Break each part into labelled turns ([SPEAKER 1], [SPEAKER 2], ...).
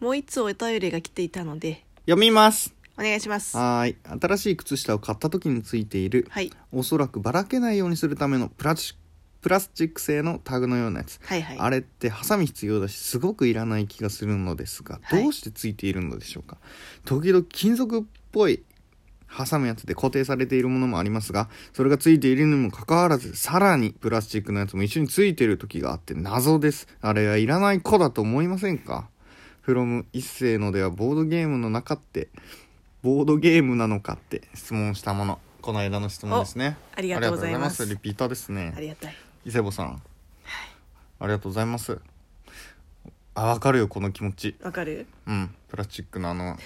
[SPEAKER 1] もう一つお便りが来ていたので
[SPEAKER 2] 読みます
[SPEAKER 1] お願いします
[SPEAKER 2] はーい新しい靴下を買った時についている、
[SPEAKER 1] はい
[SPEAKER 2] おそらくばらけないようにするためのプラスプラスチック製のタグのようなやつ、
[SPEAKER 1] はいはい
[SPEAKER 2] あれってハサミ必要だしすごくいらない気がするのですが、
[SPEAKER 1] はい
[SPEAKER 2] どうしてついているのでしょうか時々金属っぽい挟むやつで固定されているものもありますがそれがついているにもかかわらずさらにプラスチックのやつも一緒についている時があって謎ですあれはいらない子だと思いませんかフロム一世のではボードゲームの中ってボードゲームなのかって質問したものこの間の質問ですね
[SPEAKER 1] おありがとうございます
[SPEAKER 2] ありがとうござリピーターですね
[SPEAKER 1] ありがたい
[SPEAKER 2] 伊勢坊さん、ありがとうございますあわかるよこの気持ち
[SPEAKER 1] わかる
[SPEAKER 2] うんプラスチックの あの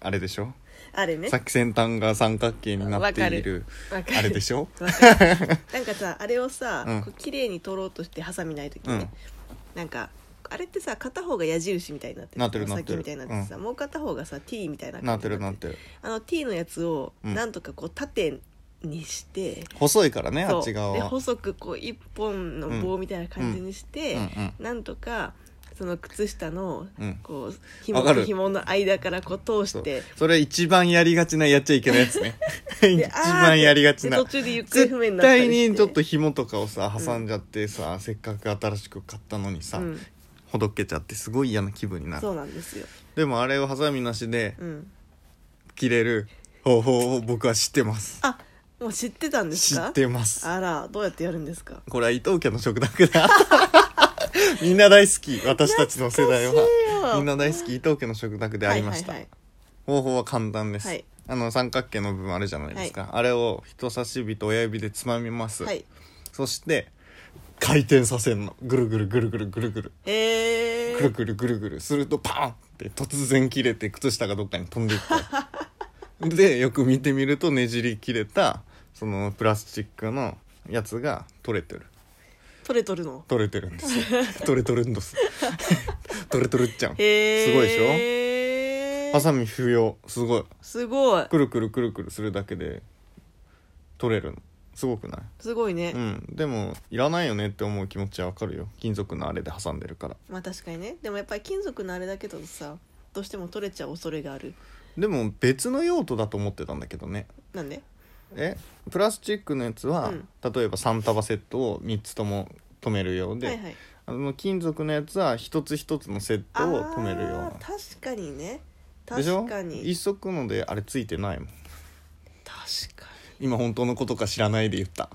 [SPEAKER 2] あれでしょ
[SPEAKER 1] あれね
[SPEAKER 2] 先先端が三角形になっている
[SPEAKER 1] わかる
[SPEAKER 2] あれでしょ
[SPEAKER 1] わかるなんかさあれをさ、
[SPEAKER 2] うん
[SPEAKER 1] こう綺麗に取ろうとしてハサミない時ね、なんかあれってさ片方が矢印みたいになって
[SPEAKER 2] なってる
[SPEAKER 1] さ
[SPEAKER 2] な
[SPEAKER 1] っ
[SPEAKER 2] っ
[SPEAKER 1] き
[SPEAKER 2] てる
[SPEAKER 1] みたいになってさ、もう片方がさ T みたいな
[SPEAKER 2] な
[SPEAKER 1] 感
[SPEAKER 2] っ
[SPEAKER 1] じ
[SPEAKER 2] て
[SPEAKER 1] に
[SPEAKER 2] るなってる
[SPEAKER 1] あの T のやつを
[SPEAKER 2] うん
[SPEAKER 1] なんとかこう縦にして、
[SPEAKER 2] 細いからね
[SPEAKER 1] そう
[SPEAKER 2] あっち側
[SPEAKER 1] で
[SPEAKER 2] は
[SPEAKER 1] 細くこう一本の棒みたいな感じにして、
[SPEAKER 2] うん
[SPEAKER 1] なんとかその靴下の
[SPEAKER 2] うん
[SPEAKER 1] こう紐
[SPEAKER 2] わか
[SPEAKER 1] と
[SPEAKER 2] る
[SPEAKER 1] 紐の間からこう通
[SPEAKER 2] そ
[SPEAKER 1] し
[SPEAKER 2] う
[SPEAKER 1] て
[SPEAKER 2] それ一番やりがちなやっちゃいけないや つね一
[SPEAKER 1] であーって
[SPEAKER 2] 番やりがちな
[SPEAKER 1] で途中で行方不明に
[SPEAKER 2] 絶
[SPEAKER 1] なったりし
[SPEAKER 2] 対
[SPEAKER 1] て
[SPEAKER 2] にちょっと紐とかをさ挟んじゃってさ、せっかく新しく買ったのにさ、
[SPEAKER 1] うん、
[SPEAKER 2] ほどけちゃってすごい嫌な気分にな
[SPEAKER 1] そ
[SPEAKER 2] る
[SPEAKER 1] うなんですよ、
[SPEAKER 2] でもあれをハサミなしで
[SPEAKER 1] うん、
[SPEAKER 2] 切れる方法を僕は知ってます
[SPEAKER 1] あもう知ってたんです
[SPEAKER 2] 知
[SPEAKER 1] か
[SPEAKER 2] ってます
[SPEAKER 1] あらどうやってやるんですか
[SPEAKER 2] これは伊藤家の食卓だ みんな大好き私たちの世代はみんな大好き伊藤家の食卓でありました、
[SPEAKER 1] はい
[SPEAKER 2] 方法は簡単です、
[SPEAKER 1] はい
[SPEAKER 2] あの三角形の部分あるじゃないですか、あれを人差し指と親指でつまみます、
[SPEAKER 1] はい、はい
[SPEAKER 2] そして回転させるのぐるぐるぐるぐるぐるぐる
[SPEAKER 1] え
[SPEAKER 2] くる
[SPEAKER 1] ー、
[SPEAKER 2] くるくるくるするとパンって突然切れて靴下がどっかに飛んでいったでよく見てみるとねじり切れたそのプラスチックのやつが取れてる
[SPEAKER 1] トレトルの
[SPEAKER 2] 取れてるんですよ取れてるんです取れてるっちゃん
[SPEAKER 1] へえ
[SPEAKER 2] すごいでしょ
[SPEAKER 1] し
[SPEAKER 2] ハサミ不要すごい
[SPEAKER 1] すごい
[SPEAKER 2] くるくるくるくるするだけで取れるのすごくない
[SPEAKER 1] すごいね、
[SPEAKER 2] うんでもいらないよねって思う気持ちはわかるよ金属のあれで挟んでるから
[SPEAKER 1] まあ確かにねでもやっぱり金属のあれだけだとさどうしても取れちゃう恐れがある
[SPEAKER 2] でも別の用途だと思ってたんだけどね
[SPEAKER 1] なんで
[SPEAKER 2] えプラスチックのやつは、
[SPEAKER 1] うん
[SPEAKER 2] 例えば3束セットを3つとも止めるようで、
[SPEAKER 1] はいはい
[SPEAKER 2] あの金属のやつは一つ一つのセットを止めるよ
[SPEAKER 1] あー確かにね
[SPEAKER 2] うなでしょ
[SPEAKER 1] 確かに
[SPEAKER 2] 一足のであれついてないもん
[SPEAKER 1] 確か
[SPEAKER 2] 今本当のことか知らないで言った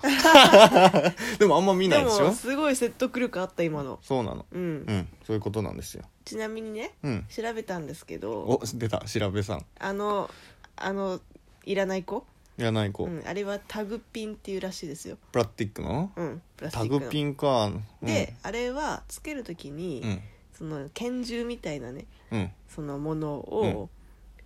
[SPEAKER 2] でもあんま見
[SPEAKER 1] に
[SPEAKER 2] ないでし
[SPEAKER 1] も
[SPEAKER 2] ょ
[SPEAKER 1] すごい説得力あった今の
[SPEAKER 2] そうなの
[SPEAKER 1] うん、
[SPEAKER 2] うんそういうことなんですよ
[SPEAKER 1] ちなみにね
[SPEAKER 2] うん
[SPEAKER 1] 調べたんですけど
[SPEAKER 2] お出た調べさん
[SPEAKER 1] あのあのいらない子、
[SPEAKER 2] いらない子、
[SPEAKER 1] うん、あれはタグピンっていうらしいですよ
[SPEAKER 2] プラスティックの
[SPEAKER 1] うんプラスチ
[SPEAKER 2] タ
[SPEAKER 1] ックの
[SPEAKER 2] グピンかうん
[SPEAKER 1] で、あれはつけるときに、
[SPEAKER 2] うん
[SPEAKER 1] その拳銃みたいなね
[SPEAKER 2] うんへ
[SPEAKER 1] そのものを、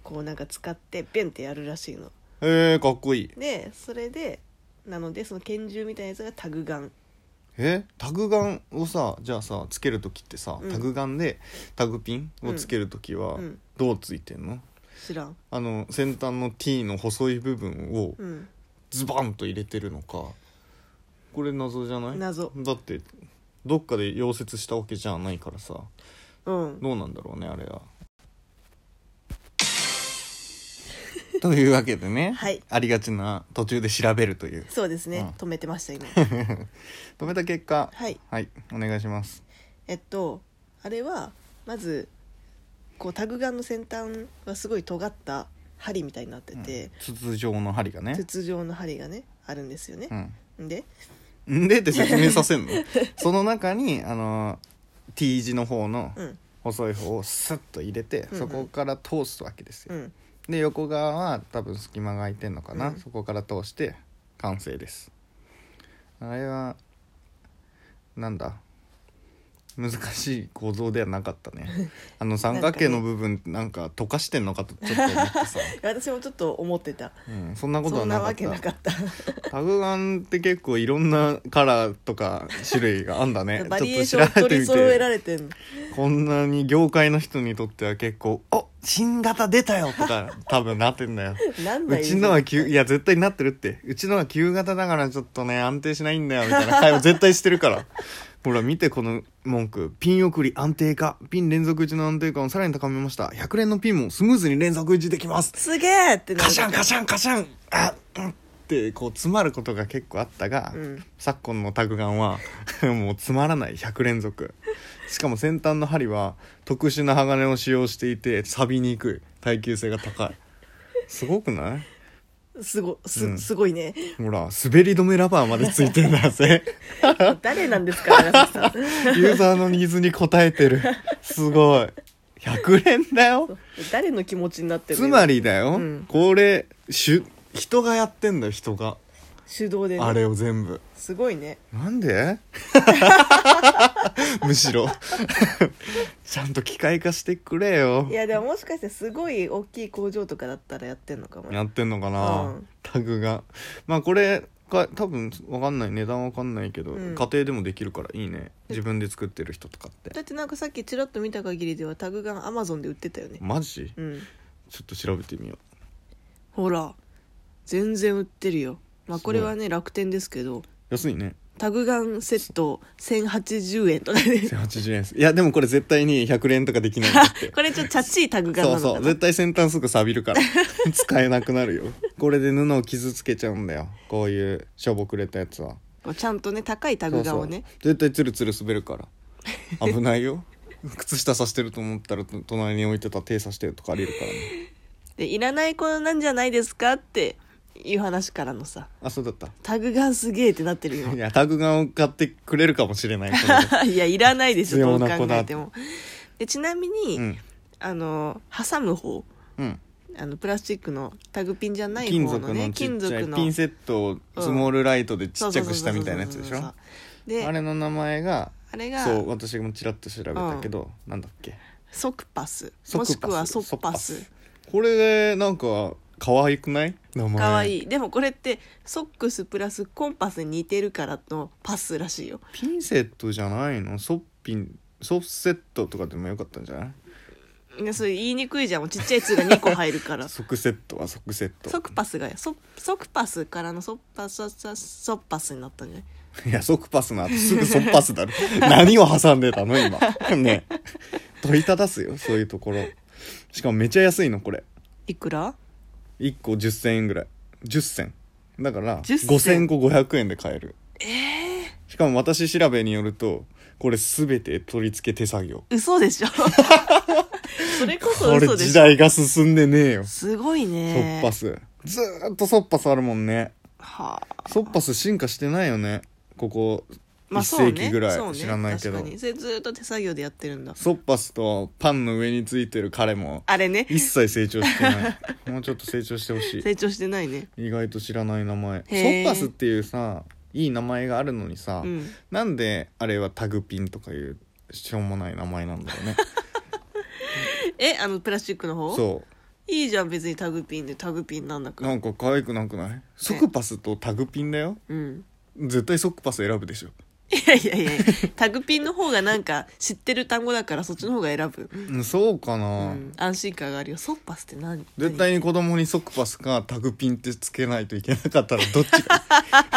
[SPEAKER 1] こうなんか使ってビュンってやるらしいの
[SPEAKER 2] えかっこいい
[SPEAKER 1] でそれでなのでその拳銃みたいなやつがタグガン
[SPEAKER 2] えタグガンをさじゃあさつける時ってさ、
[SPEAKER 1] うん
[SPEAKER 2] タグガンでタグピンをつける時は
[SPEAKER 1] うんうん
[SPEAKER 2] どうついてんの、
[SPEAKER 1] 知らん
[SPEAKER 2] あの先端の T の細い部分を
[SPEAKER 1] うん
[SPEAKER 2] ズバンと入れてるのかこれ謎じゃない
[SPEAKER 1] 謎
[SPEAKER 2] だってどっかで溶接したわけじゃないからさ
[SPEAKER 1] うん
[SPEAKER 2] どうなんだろうねあれ は。というわけでね、
[SPEAKER 1] はい
[SPEAKER 2] ありがちな途中で調べるという
[SPEAKER 1] そうですね、
[SPEAKER 2] うん
[SPEAKER 1] 止めてました 今
[SPEAKER 2] 止めた結果
[SPEAKER 1] はい
[SPEAKER 2] はいお願いします
[SPEAKER 1] えっとあれはまずこうタグガンの先端はすごい尖った針みたいになってて、
[SPEAKER 2] 筒状の針がね
[SPEAKER 1] 筒状の針がねあるんですよね、で
[SPEAKER 2] うん、んでって説明させん のその中にあの T 字の方の
[SPEAKER 1] うん
[SPEAKER 2] 細い方をスッと入れて、
[SPEAKER 1] うんうん
[SPEAKER 2] そこから通すわけですよ、
[SPEAKER 1] うん
[SPEAKER 2] で横側は多分隙間が空いてんのかな、
[SPEAKER 1] うん
[SPEAKER 2] そこから通して完成ですあれはなんだ難しい構造ではなかった ねあの三角形の部分なんか溶かしてんのかとちょっと思ってさ、
[SPEAKER 1] 私もちょっと思ってた
[SPEAKER 2] うん、そんなこと
[SPEAKER 1] そ
[SPEAKER 2] は
[SPEAKER 1] ん
[SPEAKER 2] な
[SPEAKER 1] な
[SPEAKER 2] か
[SPEAKER 1] わ
[SPEAKER 2] っ
[SPEAKER 1] けな
[SPEAKER 2] た
[SPEAKER 1] かった
[SPEAKER 2] タグガンって結構いろんなカラーとか種類があんだね
[SPEAKER 1] バリエーション取り揃えられてんの
[SPEAKER 2] こんなに業界の人にとっては結構「お新型出たよ!」とか多分なってんだよ
[SPEAKER 1] なん
[SPEAKER 2] う
[SPEAKER 1] だよ
[SPEAKER 2] ちのは旧いや絶対なってるってうちのは旧型だからちょっとね安定しないんだよみたいな会話絶対してるから ほら見てこの文句ピン送り安定化ピン連続打ちの安定感をさらに高めました100連のピンもスムーズに連続打ちできます
[SPEAKER 1] すげえってな
[SPEAKER 2] カ
[SPEAKER 1] る
[SPEAKER 2] シャンカシャンカシャンあうんってこう詰まることが結構あったが、
[SPEAKER 1] うん
[SPEAKER 2] 昨今のタグガンは もう詰まらない100連続しかも先端の針は特殊な鋼を使用していて錆びにくい耐久性が高いすごくない
[SPEAKER 1] すごす,、
[SPEAKER 2] うん
[SPEAKER 1] すごいね
[SPEAKER 2] ほら滑り止めラバーまでついてん だぜ
[SPEAKER 1] 誰なんですか 長崎さん
[SPEAKER 2] ユーザーのニーズに応えてるすごい100連だよ
[SPEAKER 1] 誰の気持ちになってる
[SPEAKER 2] つ
[SPEAKER 1] の
[SPEAKER 2] まりだよ、
[SPEAKER 1] うん
[SPEAKER 2] これしゅ人がやってんだよ人が
[SPEAKER 1] 手動で、ね、
[SPEAKER 2] あれを全部
[SPEAKER 1] すごいね
[SPEAKER 2] なんで むしろちゃんと機械化してくれよ
[SPEAKER 1] いやでももしかしてすごい大きい工場とかだったらやってんのかも
[SPEAKER 2] や
[SPEAKER 1] ね
[SPEAKER 2] ってんのかな、
[SPEAKER 1] うん
[SPEAKER 2] タグがまあこれか多分わかんない値段わかんないけど、
[SPEAKER 1] うん
[SPEAKER 2] 家庭でもできるからいいね自分で作ってる人とかって
[SPEAKER 1] だってなんかさっきちらっと見た限りではタグガンアマゾンで売ってたよね
[SPEAKER 2] マジ
[SPEAKER 1] うん
[SPEAKER 2] ちょっと調べてみよ
[SPEAKER 1] ほら全然売ってるよまあこれはね楽天ですけど
[SPEAKER 2] う安いね
[SPEAKER 1] タグガンセット1080円とかで
[SPEAKER 2] 1080円ですいやでもこれ絶対に100連とかできないんだっ て
[SPEAKER 1] これちょっとチャッチいタグガンな
[SPEAKER 2] そ
[SPEAKER 1] の
[SPEAKER 2] う
[SPEAKER 1] かな
[SPEAKER 2] そう絶対先端すぐ錆びるから 使えなくなるよこれで布を傷つけちゃうんだよこういうしょぼくれたやつは
[SPEAKER 1] ちゃんとね高いタグガンをね
[SPEAKER 2] そうそう絶対ツルツル滑るから危ないよ 靴下さしてると思ったらと隣に置いてた手さしてるとかありえるからね
[SPEAKER 1] でいらない子なんじゃないですかっていう話からのさ
[SPEAKER 2] あそうだった
[SPEAKER 1] タグガンすげえってなってるよ
[SPEAKER 2] いやタグガンを買ってくれるかもしれないこれ
[SPEAKER 1] いやいらないでしょど
[SPEAKER 2] 必要
[SPEAKER 1] う考
[SPEAKER 2] な子だ
[SPEAKER 1] えてもでちなみに、
[SPEAKER 2] でうん
[SPEAKER 1] あの挟む方
[SPEAKER 2] うん
[SPEAKER 1] あのプラスチックのタグピンじゃない
[SPEAKER 2] 金
[SPEAKER 1] 方
[SPEAKER 2] 属
[SPEAKER 1] の
[SPEAKER 2] の
[SPEAKER 1] ね
[SPEAKER 2] ちっ
[SPEAKER 1] 金
[SPEAKER 2] ちゃ
[SPEAKER 1] 属
[SPEAKER 2] い
[SPEAKER 1] の
[SPEAKER 2] ピンセットをスモールライトでちっちゃくしたみたいなやつでし
[SPEAKER 1] そうそうそう
[SPEAKER 2] ょ
[SPEAKER 1] そうそうそうで
[SPEAKER 2] あ
[SPEAKER 1] あれ
[SPEAKER 2] れの名前が
[SPEAKER 1] が
[SPEAKER 2] そう私もちらっと調べたけど、なんだっけ
[SPEAKER 1] ソクパス
[SPEAKER 2] ソ
[SPEAKER 1] も
[SPEAKER 2] クパス
[SPEAKER 1] しくはソッパス
[SPEAKER 2] ソッこれでなんか可愛くない名前
[SPEAKER 1] かわいいでもこれってソックスプラスコンパスに似てるからのパスらしいよ
[SPEAKER 2] ピンセットじゃないのソッピンソッセットとかでもよかったんじゃない
[SPEAKER 1] ねそれ言いにくいじゃんもうちっちゃい「つ」が2個入るから
[SPEAKER 2] 即セットは即セット
[SPEAKER 1] ソクパスがソソクパスからのソッパスソソッパスになったんじゃない
[SPEAKER 2] いや即パスの後すぐ即パスだろ 何を挟んでたの今 ね問いただすよそういうところしかもめちゃ安いのこれ
[SPEAKER 1] いくら
[SPEAKER 2] 1個10銭円ぐらい10銭だから
[SPEAKER 1] 10銭
[SPEAKER 2] 5000個500円で買えるしかも私調べによるとこれ全て取り付け手作業
[SPEAKER 1] 嘘でしょ それこそ
[SPEAKER 2] これ
[SPEAKER 1] 嘘で
[SPEAKER 2] 時
[SPEAKER 1] しょ
[SPEAKER 2] 代が進んでねえよ
[SPEAKER 1] すごい
[SPEAKER 2] ソッ
[SPEAKER 1] ね
[SPEAKER 2] パスずーっとソッパスあるもんね
[SPEAKER 1] はあ
[SPEAKER 2] ソッパス進化してないよねここ
[SPEAKER 1] ま
[SPEAKER 2] 1
[SPEAKER 1] あそう
[SPEAKER 2] 世
[SPEAKER 1] ね
[SPEAKER 2] 紀ぐら
[SPEAKER 1] そう
[SPEAKER 2] い
[SPEAKER 1] ね
[SPEAKER 2] 知らないけど、
[SPEAKER 1] 確かにそれずっと手作業でやってるんだ
[SPEAKER 2] ソッパスとパンの上についてる彼も
[SPEAKER 1] あれね
[SPEAKER 2] 一切成長してな いもうちょっと成長してほしい
[SPEAKER 1] 成長してないね
[SPEAKER 2] 意外と知らない名前ソ
[SPEAKER 1] ー
[SPEAKER 2] ッパスっていうさいい名前があるのにさ、
[SPEAKER 1] うん
[SPEAKER 2] なんであれはタグピンとかいうしょうもない名前なんだ ろうね
[SPEAKER 1] えあのプラスチックの方
[SPEAKER 2] そ
[SPEAKER 1] いいじゃん別にタグピンでタグピンなんだ
[SPEAKER 2] う
[SPEAKER 1] か
[SPEAKER 2] な
[SPEAKER 1] ら
[SPEAKER 2] んか可愛くなくないソクパスとタグピンだよ
[SPEAKER 1] うん
[SPEAKER 2] 絶対ソクパス選ぶでしょ
[SPEAKER 1] いやいやいやいやタグピンの方がなんか知ってる単語だからそっちの方が選ぶ、
[SPEAKER 2] うんそうか
[SPEAKER 1] う
[SPEAKER 2] な、
[SPEAKER 1] ん、安心感があるよソッパスって何
[SPEAKER 2] 絶対に子供にソクパスかタグピンってつけないといけなかったらどっちが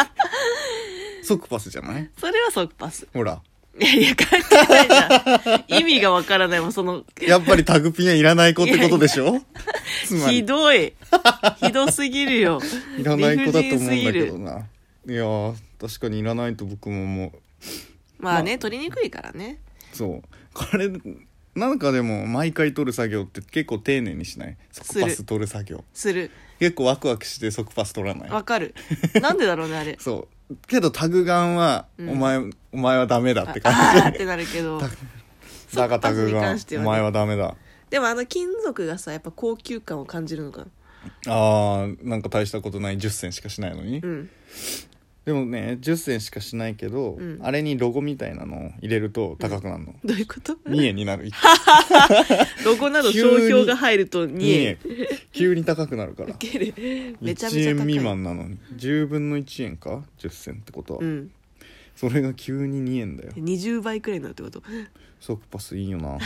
[SPEAKER 2] ソクパスじゃない
[SPEAKER 1] 何それはソッパス
[SPEAKER 2] ほら
[SPEAKER 1] いやいや関係ないじゃん意味がわからないもんその
[SPEAKER 2] やっぱりタグピンはいらない子ってことでしょつま
[SPEAKER 1] ひ
[SPEAKER 2] り、
[SPEAKER 1] どいひどすぎるよ
[SPEAKER 2] いらない子だと
[SPEAKER 1] 理不
[SPEAKER 2] 思うん
[SPEAKER 1] 尽すぎ
[SPEAKER 2] だけど
[SPEAKER 1] る
[SPEAKER 2] な。いやー、確かにいらないと僕も思う。
[SPEAKER 1] まあね取りにくいからね
[SPEAKER 2] そう。これ、なんかでも、毎回取る作業って結構丁寧にしない即パ
[SPEAKER 1] す
[SPEAKER 2] ス
[SPEAKER 1] る
[SPEAKER 2] 取る作業。
[SPEAKER 1] する
[SPEAKER 2] 結構ワクワクして即パス取らない。
[SPEAKER 1] わか るなんでだろうねあれ
[SPEAKER 2] そう。けどタグガンは、
[SPEAKER 1] うん
[SPEAKER 2] お前、お前はダメだって感
[SPEAKER 1] あーってなるけ ど
[SPEAKER 2] じ。だがタグ
[SPEAKER 1] 即パスに
[SPEAKER 2] ガン、
[SPEAKER 1] 関して
[SPEAKER 2] お
[SPEAKER 1] はね
[SPEAKER 2] 前はダメだ。
[SPEAKER 1] でもあの金属がさやっぱ高級感を感じるのかな
[SPEAKER 2] あー、なんか大したことない10銭しかしないのに。
[SPEAKER 1] うん
[SPEAKER 2] でもね、10銭しかしないけど、
[SPEAKER 1] うん
[SPEAKER 2] あれにロゴみたいなのを入れると高くなるの。
[SPEAKER 1] どういうこと
[SPEAKER 2] 2円 になる
[SPEAKER 1] ロゴなど商標が入ると2
[SPEAKER 2] 2
[SPEAKER 1] 円
[SPEAKER 2] 円急に高くなるから
[SPEAKER 1] 受ける めちゃめ
[SPEAKER 2] 1
[SPEAKER 1] ちゃ
[SPEAKER 2] 円
[SPEAKER 1] 高い
[SPEAKER 2] 未満なのに10分の1円か10銭ってことは、
[SPEAKER 1] うん
[SPEAKER 2] それが急に2円だよ
[SPEAKER 1] 20倍くらいになるってこと
[SPEAKER 2] ソクパスいいよ な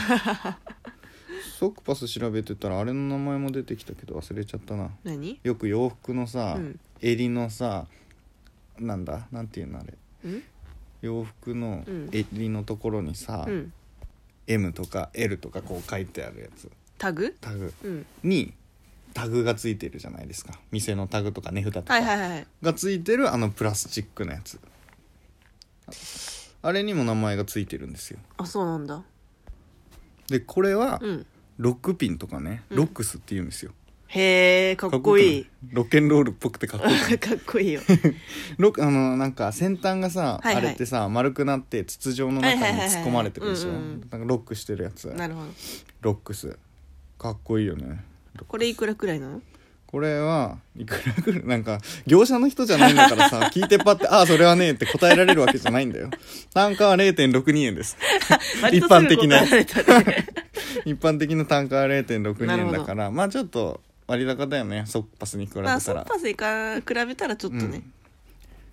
[SPEAKER 2] ソクパス調べてたらあれの名前も出てきたけど忘れちゃったな
[SPEAKER 1] 何
[SPEAKER 2] よく洋服のさ、
[SPEAKER 1] うん
[SPEAKER 2] 襟のさなんだなんていうのあれ
[SPEAKER 1] ん
[SPEAKER 2] 洋服の
[SPEAKER 1] うん
[SPEAKER 2] 襟のところにさ、
[SPEAKER 1] うん、
[SPEAKER 2] M とか L とかこう書いてあるやつ
[SPEAKER 1] タグ、
[SPEAKER 2] タグ
[SPEAKER 1] うん、
[SPEAKER 2] にタグがついてるじゃないですか店のタグとか値札とか、
[SPEAKER 1] はいはいはいはい
[SPEAKER 2] がついてるあのプラスチックのやつあれにも名前がついてるんですよ
[SPEAKER 1] あそうなんだ
[SPEAKER 2] でこれは
[SPEAKER 1] うん
[SPEAKER 2] ロックピンとかね、
[SPEAKER 1] うん
[SPEAKER 2] ロックスって言うんですよ
[SPEAKER 1] へえかっこいい
[SPEAKER 2] かっこよくないロッケンロールっぽくてかっこいい
[SPEAKER 1] か っこいいよ
[SPEAKER 2] ロックあのなんか先端が
[SPEAKER 1] は
[SPEAKER 2] さ、
[SPEAKER 1] いはい
[SPEAKER 2] あれってさ丸くなって筒状の中に
[SPEAKER 1] はいはいはいは
[SPEAKER 2] 突
[SPEAKER 1] い
[SPEAKER 2] っ込まれてるでしょ、
[SPEAKER 1] うんうん
[SPEAKER 2] なんかロックしてるやつ
[SPEAKER 1] なるほど
[SPEAKER 2] ロックスかっこいいよね
[SPEAKER 1] これいくらくらいなの
[SPEAKER 2] これはいくらくらいなんか業者の人じゃないんだから さ聞いてパッて「ああそれはねえ」って答えられるわけじゃないんだよ単価は0.62円です
[SPEAKER 1] 割と
[SPEAKER 2] 一般的な
[SPEAKER 1] すぐ 答えられたね
[SPEAKER 2] 一般的な単価は0.62
[SPEAKER 1] なる
[SPEAKER 2] 円
[SPEAKER 1] ほど
[SPEAKER 2] だからまあちょっと割高だよねソックパスに比べた
[SPEAKER 1] ま
[SPEAKER 2] ら
[SPEAKER 1] あソッパスいか比べたらちょっとね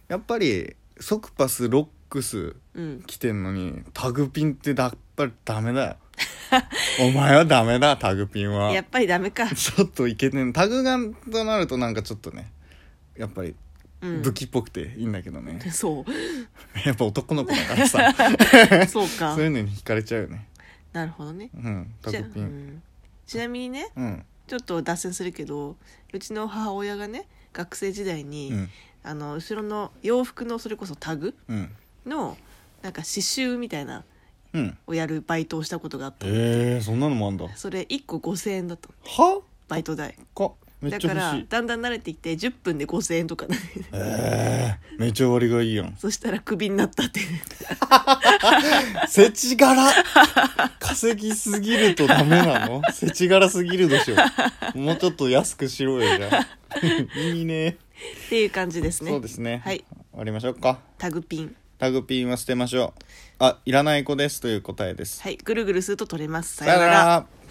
[SPEAKER 2] やっぱりソックパスロックス
[SPEAKER 1] うん、
[SPEAKER 2] 来てんのにタグピンってだやっぱりダメだよ お前はダメだタグピンは
[SPEAKER 1] やっぱりダメか、
[SPEAKER 2] ちょっといけてんタグがんとなるとなんかちょっとねやっぱり
[SPEAKER 1] うん、
[SPEAKER 2] 武器っぽくていいんだけどね、
[SPEAKER 1] そう
[SPEAKER 2] やっぱ男の子だか らさ
[SPEAKER 1] そうか
[SPEAKER 2] そういうのに惹かれちゃうよね
[SPEAKER 1] なるほどね
[SPEAKER 2] うんタ
[SPEAKER 1] じゃ
[SPEAKER 2] グピ
[SPEAKER 1] う
[SPEAKER 2] ン
[SPEAKER 1] んちなみにね
[SPEAKER 2] うん
[SPEAKER 1] ちょっと脱線するけどうちの母親がね学生時代に、
[SPEAKER 2] うん
[SPEAKER 1] あの後ろの洋服のそれこそタグ
[SPEAKER 2] うん
[SPEAKER 1] のなんか刺繍みたいな
[SPEAKER 2] うん
[SPEAKER 1] をやるバイトをしたことがあったの
[SPEAKER 2] えー、そんなのもあんだ
[SPEAKER 1] それ1個5000円だったの
[SPEAKER 2] は
[SPEAKER 1] バイト代
[SPEAKER 2] かめっ
[SPEAKER 1] だ
[SPEAKER 2] ち
[SPEAKER 1] か
[SPEAKER 2] ゃ
[SPEAKER 1] ら
[SPEAKER 2] 欲しい
[SPEAKER 1] だんだん慣れてきて10分で5000円とかね
[SPEAKER 2] えー、めっちゃ割がいいやん
[SPEAKER 1] そしたらクビになったっていう
[SPEAKER 2] せち がら稼ぎすぎるとダメなのせちがらすぎるでしょもうちょっと安くしろよじゃ あいいね
[SPEAKER 1] っていう感じですね
[SPEAKER 2] そうですね
[SPEAKER 1] はい
[SPEAKER 2] 終わりましょうか
[SPEAKER 1] タグピン
[SPEAKER 2] タグピンは捨てましょうあいらない子ですという答えです
[SPEAKER 1] はいぐるぐるすると取れます
[SPEAKER 2] さ
[SPEAKER 1] さ
[SPEAKER 2] よ
[SPEAKER 1] よ
[SPEAKER 2] な
[SPEAKER 1] なら
[SPEAKER 2] ら